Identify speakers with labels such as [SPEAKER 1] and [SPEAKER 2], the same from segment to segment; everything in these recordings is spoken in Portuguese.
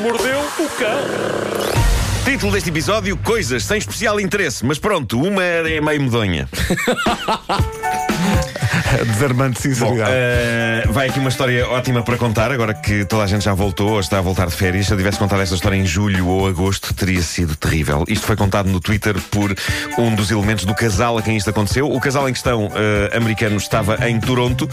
[SPEAKER 1] O cão.
[SPEAKER 2] Título deste episódio: Coisas sem especial interesse, mas pronto, uma é meio medonha.
[SPEAKER 3] Desarmante sinceridade.
[SPEAKER 2] Uh, vai aqui uma história ótima para contar, agora que toda a gente já voltou ou está a voltar de férias. Se eu tivesse contado esta história em julho ou agosto, teria sido terrível. Isto foi contado no Twitter por um dos elementos do casal a quem isto aconteceu. O casal em questão uh, americano estava em Toronto.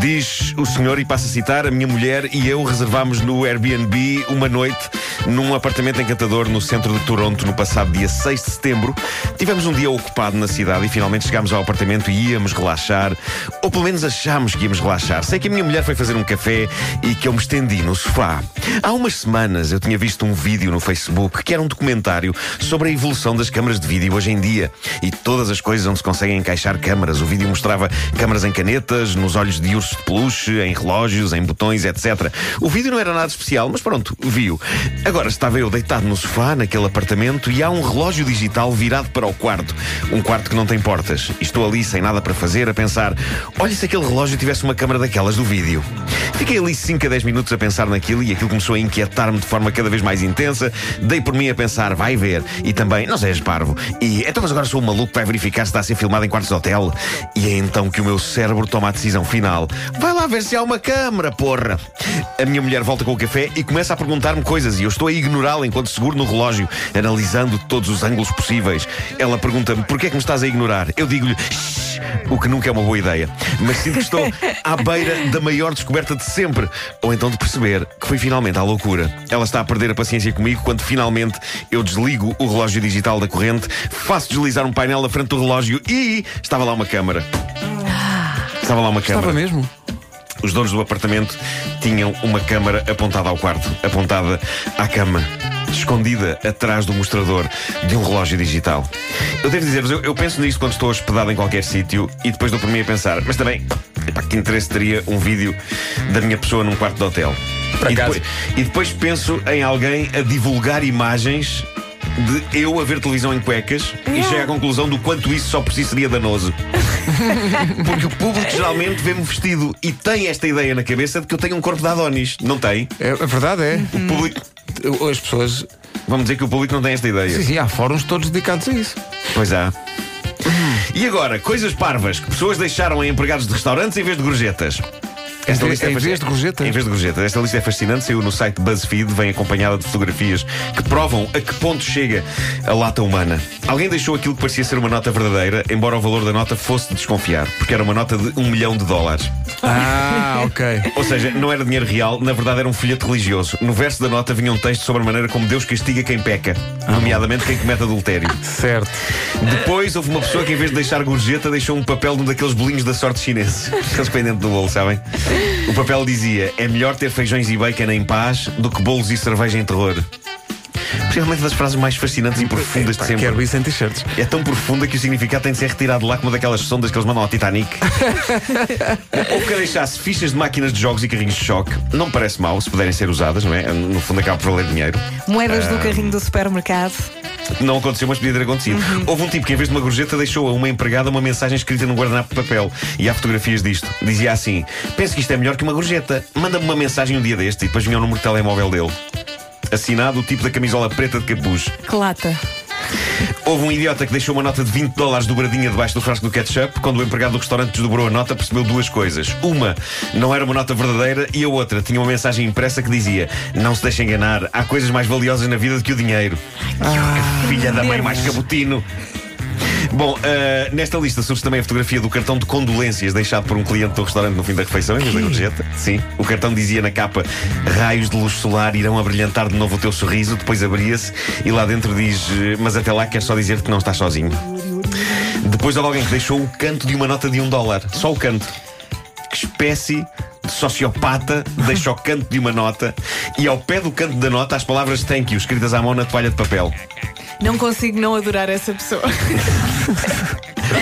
[SPEAKER 2] Diz o senhor, e passo a citar: a minha mulher e eu reservámos no Airbnb uma noite num apartamento encantador no centro de Toronto no passado dia 6 de setembro. Tivemos um dia ocupado na cidade e finalmente chegámos ao apartamento e íamos relaxar, ou pelo menos achámos que íamos relaxar. Sei que a minha mulher foi fazer um café e que eu me estendi no sofá. Há umas semanas eu tinha visto um vídeo no Facebook que era um documentário sobre a evolução das câmaras de vídeo hoje em dia e todas as coisas onde se conseguem encaixar câmaras. O vídeo mostrava câmaras em canetas, nos olhos de ursos de peluche, em relógios, em botões, etc. O vídeo não era nada especial, mas pronto, viu. Agora estava eu deitado no sofá, naquele apartamento, e há um relógio digital virado para o quarto. Um quarto que não tem portas. E estou ali sem nada para fazer, a pensar: olha se aquele relógio tivesse uma câmara daquelas do vídeo. Fiquei ali 5 a 10 minutos a pensar naquilo e aquilo começou a inquietar-me de forma cada vez mais intensa. Dei por mim a pensar: vai ver. E também, não sejas parvo. E então, mas agora sou um maluco que vai verificar se está a ser filmado em quartos de hotel. E é então que o meu cérebro toma a decisão final: vai lá ver se há uma câmara, porra. A minha mulher volta com o café e começa a perguntar-me coisas e eu estou a ignorá-la enquanto seguro no relógio, analisando todos os ângulos possíveis. Ela pergunta-me: porquê é que me estás a ignorar? Eu digo-lhe: "Shh", o que nunca é uma boa ideia. Mas sinto que estou à beira da maior descoberta de sempre. Ou então de perceber que foi finalmente à loucura. Ela está a perder a paciência comigo quando finalmente eu desligo o relógio digital da corrente, faço deslizar um painel na frente do relógio e estava lá uma câmara. Estava lá uma câmara.
[SPEAKER 3] Estava mesmo?
[SPEAKER 2] Os donos do apartamento tinham uma câmara apontada ao quarto, apontada à cama, escondida atrás do mostrador de um relógio digital. Eu devo dizer-vos, eu, eu penso nisto quando estou hospedado em qualquer sítio e depois dou por mim a pensar, mas também, epá, que interesse teria um vídeo da minha pessoa num quarto de hotel?
[SPEAKER 1] Por
[SPEAKER 2] e,
[SPEAKER 1] acaso.
[SPEAKER 2] depois, e depois penso em alguém a divulgar imagens de eu a ver televisão em cuecas e chego à conclusão do quanto isso só por si seria danoso. Porque o público geralmente vê-me vestido e tem esta ideia na cabeça de que eu tenho um corpo de Adonis. Não tem?
[SPEAKER 3] É, a verdade é.
[SPEAKER 2] O público.
[SPEAKER 3] As pessoas.
[SPEAKER 2] Vamos dizer que o público não tem esta ideia.
[SPEAKER 3] Hum. Sim, sim, há fóruns todos dedicados a isso.
[SPEAKER 2] Pois há. E agora, coisas parvas que pessoas deixaram em empregados de restaurantes em vez de gorjetas.
[SPEAKER 3] Em vez- em
[SPEAKER 2] fasc-
[SPEAKER 3] vez de gorjetas?
[SPEAKER 2] Em vez de gorjetas. Esta lista é fascinante, saiu no site BuzzFeed, vem acompanhada de fotografias que provam a que ponto chega a lata humana. Alguém deixou aquilo que parecia ser uma nota verdadeira, embora o valor da nota fosse de desconfiar, porque era uma nota de um milhão de dólares.
[SPEAKER 3] Ah, ok.
[SPEAKER 2] Ou seja, não era dinheiro real, na verdade era um folheto religioso. No verso da nota vinha um texto sobre a maneira como Deus castiga quem peca,
[SPEAKER 3] Ah,
[SPEAKER 2] nomeadamente quem comete adultério.
[SPEAKER 3] Certo.
[SPEAKER 2] Depois houve uma pessoa que, em vez de deixar gorjeta, deixou um papel de um daqueles bolinhos da sorte chineses. Aqueles pendentes do bolo, sabem? O papel dizia: é melhor ter feijões e bacon em paz do que bolos e cerveja em terror. Possivelmente das frases mais fascinantes e profundas de
[SPEAKER 3] Pá,
[SPEAKER 2] sempre.
[SPEAKER 3] Quero isso em t-shirts.
[SPEAKER 2] É tão profunda que o significado tem de ser retirado lá como daquelas sondas que eles mandam ao Titanic. Ou que deixasse fichas de máquinas de jogos e carrinhos de choque. Não me parece mal, se puderem ser usadas, não é? No fundo acaba por valer dinheiro.
[SPEAKER 4] Moedas do carrinho do supermercado.
[SPEAKER 2] Não aconteceu, mas podia ter acontecido. Houve um tipo que, em vez de uma gorjeta, deixou a uma empregada uma mensagem escrita num guardanapo de papel. E há fotografias disto. Dizia assim: Penso que isto é melhor que uma gorjeta. Manda-me uma mensagem um dia deste e depois vinha o número de telemóvel dele. Assinado o tipo da camisola preta de capuz.
[SPEAKER 4] Que lata.
[SPEAKER 2] Houve um idiota que deixou uma nota de 20 dólares dobradinha debaixo do frasco do ketchup. Quando o empregado do restaurante desdobrou a nota, percebeu duas coisas. Uma, não era uma nota verdadeira, e a outra, tinha uma mensagem impressa que dizia: Não se deixe enganar, há coisas mais valiosas na vida do que o dinheiro. Que filha da mãe mais cabotino! Bom, ah, nesta lista surge também a fotografia do cartão de condolências deixado por um cliente do restaurante no fim da refeição, em vez da gorjeta. Sim. O cartão dizia na capa: raios de luz solar irão abrilhantar de novo o teu sorriso. Depois abria-se e lá dentro diz: eh, Mas até lá quer só dizer que não estás sozinho. Depois houve alguém que deixou o canto de uma nota de um dólar. Só o canto. Que espécie de sociopata deixa o canto de uma nota e ao pé do canto da nota as palavras thank you escritas à mão na toalha de papel.
[SPEAKER 4] Não consigo não adorar essa pessoa.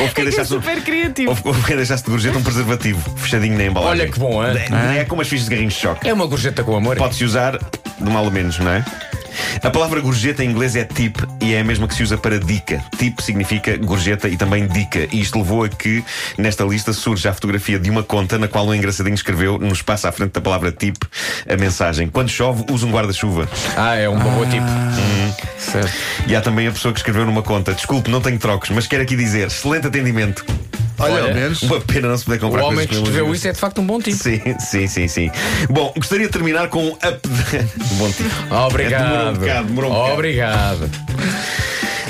[SPEAKER 2] Ou fiquei
[SPEAKER 4] É
[SPEAKER 2] deixasse-
[SPEAKER 4] super criativo.
[SPEAKER 2] Ou, ou porque deixaste de gorjeta um preservativo fechadinho na embalagem.
[SPEAKER 1] Olha que bom, hein?
[SPEAKER 2] É, é como as fichas de carrinhos de choque.
[SPEAKER 1] É uma gorjeta com amor.
[SPEAKER 2] Pode-se usar de mal a menos, não é? A palavra gorjeta em inglês é tip e é a mesma que se usa para dica. Tip significa gorjeta e também dica. E isto levou a que, nesta lista, surja a fotografia de uma conta na qual um engraçadinho escreveu, no espaço à frente da palavra tip, a mensagem: Quando chove, usa um guarda-chuva.
[SPEAKER 1] Ah, é um bom tipo.
[SPEAKER 3] Certo.
[SPEAKER 2] E há também a pessoa que escreveu numa conta: Desculpe, não tenho trocos, mas quero aqui dizer: excelente atendimento.
[SPEAKER 3] Olha, ao
[SPEAKER 1] Olha,
[SPEAKER 3] menos.
[SPEAKER 2] Uma pena não se poder
[SPEAKER 1] O
[SPEAKER 2] comprar
[SPEAKER 1] homem
[SPEAKER 2] coisas
[SPEAKER 1] que
[SPEAKER 2] com
[SPEAKER 1] escreveu
[SPEAKER 2] elogios.
[SPEAKER 1] isso é de facto um bom tipo.
[SPEAKER 2] Sim, sim, sim, sim. Bom, gostaria de terminar com um up. Bom tipo.
[SPEAKER 1] Ah, Obrigado.
[SPEAKER 2] Demorou um bocado, demorou um bocado.
[SPEAKER 1] Obrigado.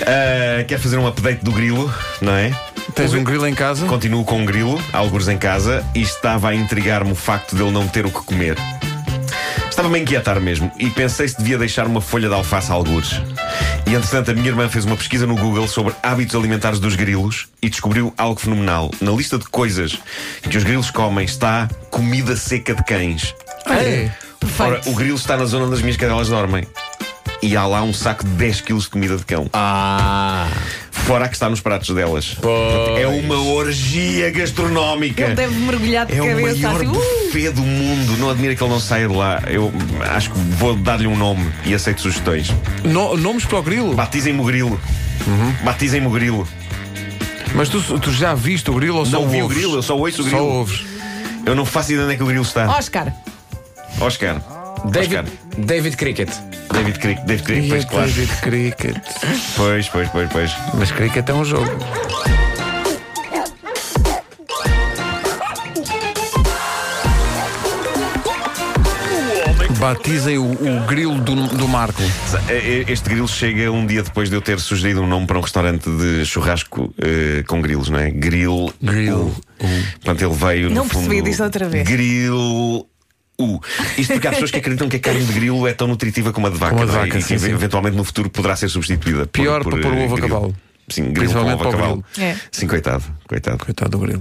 [SPEAKER 2] Ah, quer fazer um update do grilo, não é?
[SPEAKER 3] Tens um grilo em casa?
[SPEAKER 2] Continuo com um grilo, alguns em casa, e estava a intrigar-me o facto dele não ter o que comer. Estava-me a inquietar mesmo e pensei se devia deixar uma folha de alface a algures. E entretanto, a minha irmã fez uma pesquisa no Google sobre hábitos alimentares dos grilos e descobriu algo fenomenal. Na lista de coisas que os grilos comem está comida seca de cães.
[SPEAKER 3] É.
[SPEAKER 2] Ah, Ora,
[SPEAKER 4] Perfeito.
[SPEAKER 2] o grilo está na zona onde as minhas cadelas dormem. E há lá um saco de 10 kg de comida de cão.
[SPEAKER 1] Ah,
[SPEAKER 2] Fora a que está nos pratos delas.
[SPEAKER 1] pois.
[SPEAKER 2] É uma orgia gastronómica.
[SPEAKER 4] Ele deve mergulhar de
[SPEAKER 2] É o
[SPEAKER 4] cabeça
[SPEAKER 2] maior
[SPEAKER 4] assim. Uh!
[SPEAKER 2] buffet do mundo. Não admira que ele não saia de lá. Eu acho que vou dar-lhe um nome e aceito sugestões.
[SPEAKER 3] No- nomes para o grilo?
[SPEAKER 2] Batizem-me o grilo. Batizem-me o grilo.
[SPEAKER 3] Mas tu, tu já viste o grilo ou só
[SPEAKER 2] não vi o
[SPEAKER 3] ouves?
[SPEAKER 2] grilo, eu só ouço o
[SPEAKER 3] Só
[SPEAKER 2] grilo.
[SPEAKER 3] ouves.
[SPEAKER 2] Eu não faço ideia onde é que o grilo está.
[SPEAKER 4] Uh, Oscar,
[SPEAKER 2] Oscar.
[SPEAKER 1] David,
[SPEAKER 2] Oscar.
[SPEAKER 1] David Cricket.
[SPEAKER 2] David Crick. David Crick, pois
[SPEAKER 3] E é
[SPEAKER 2] claro.
[SPEAKER 3] David Cricket.
[SPEAKER 2] Pois, pois, pois, pois.
[SPEAKER 3] Mas cricket é um jogo. Batizem o, o grilo do, do Marco.
[SPEAKER 2] Eh, Este grilo chega um dia depois de eu ter sugerido um nome para um restaurante de churrasco eh, com grilos, não é? Grill.
[SPEAKER 3] Grill
[SPEAKER 2] U. Portanto, ele veio.
[SPEAKER 4] Não
[SPEAKER 2] no fundo,
[SPEAKER 4] percebi, diz outra vez.
[SPEAKER 2] Grill. U. Isto porque há pessoas que acreditam que a carne de grilo é tão nutritiva como a de vaca,
[SPEAKER 3] Como a de
[SPEAKER 2] não é?
[SPEAKER 3] vaca,
[SPEAKER 2] e
[SPEAKER 3] sim,
[SPEAKER 2] que
[SPEAKER 3] sim.
[SPEAKER 2] eventualmente no futuro poderá ser substituída. por-
[SPEAKER 3] Pior
[SPEAKER 2] por,
[SPEAKER 3] para pôr o
[SPEAKER 2] eh,
[SPEAKER 3] ovo a
[SPEAKER 2] grilo.
[SPEAKER 3] cavalo.
[SPEAKER 2] Sim, grilo com
[SPEAKER 3] Principalmente
[SPEAKER 2] ovo a
[SPEAKER 3] para o
[SPEAKER 2] cavalo.
[SPEAKER 4] grilo. É.
[SPEAKER 2] Sim, coitado, coitado.
[SPEAKER 3] Coitado do grilo.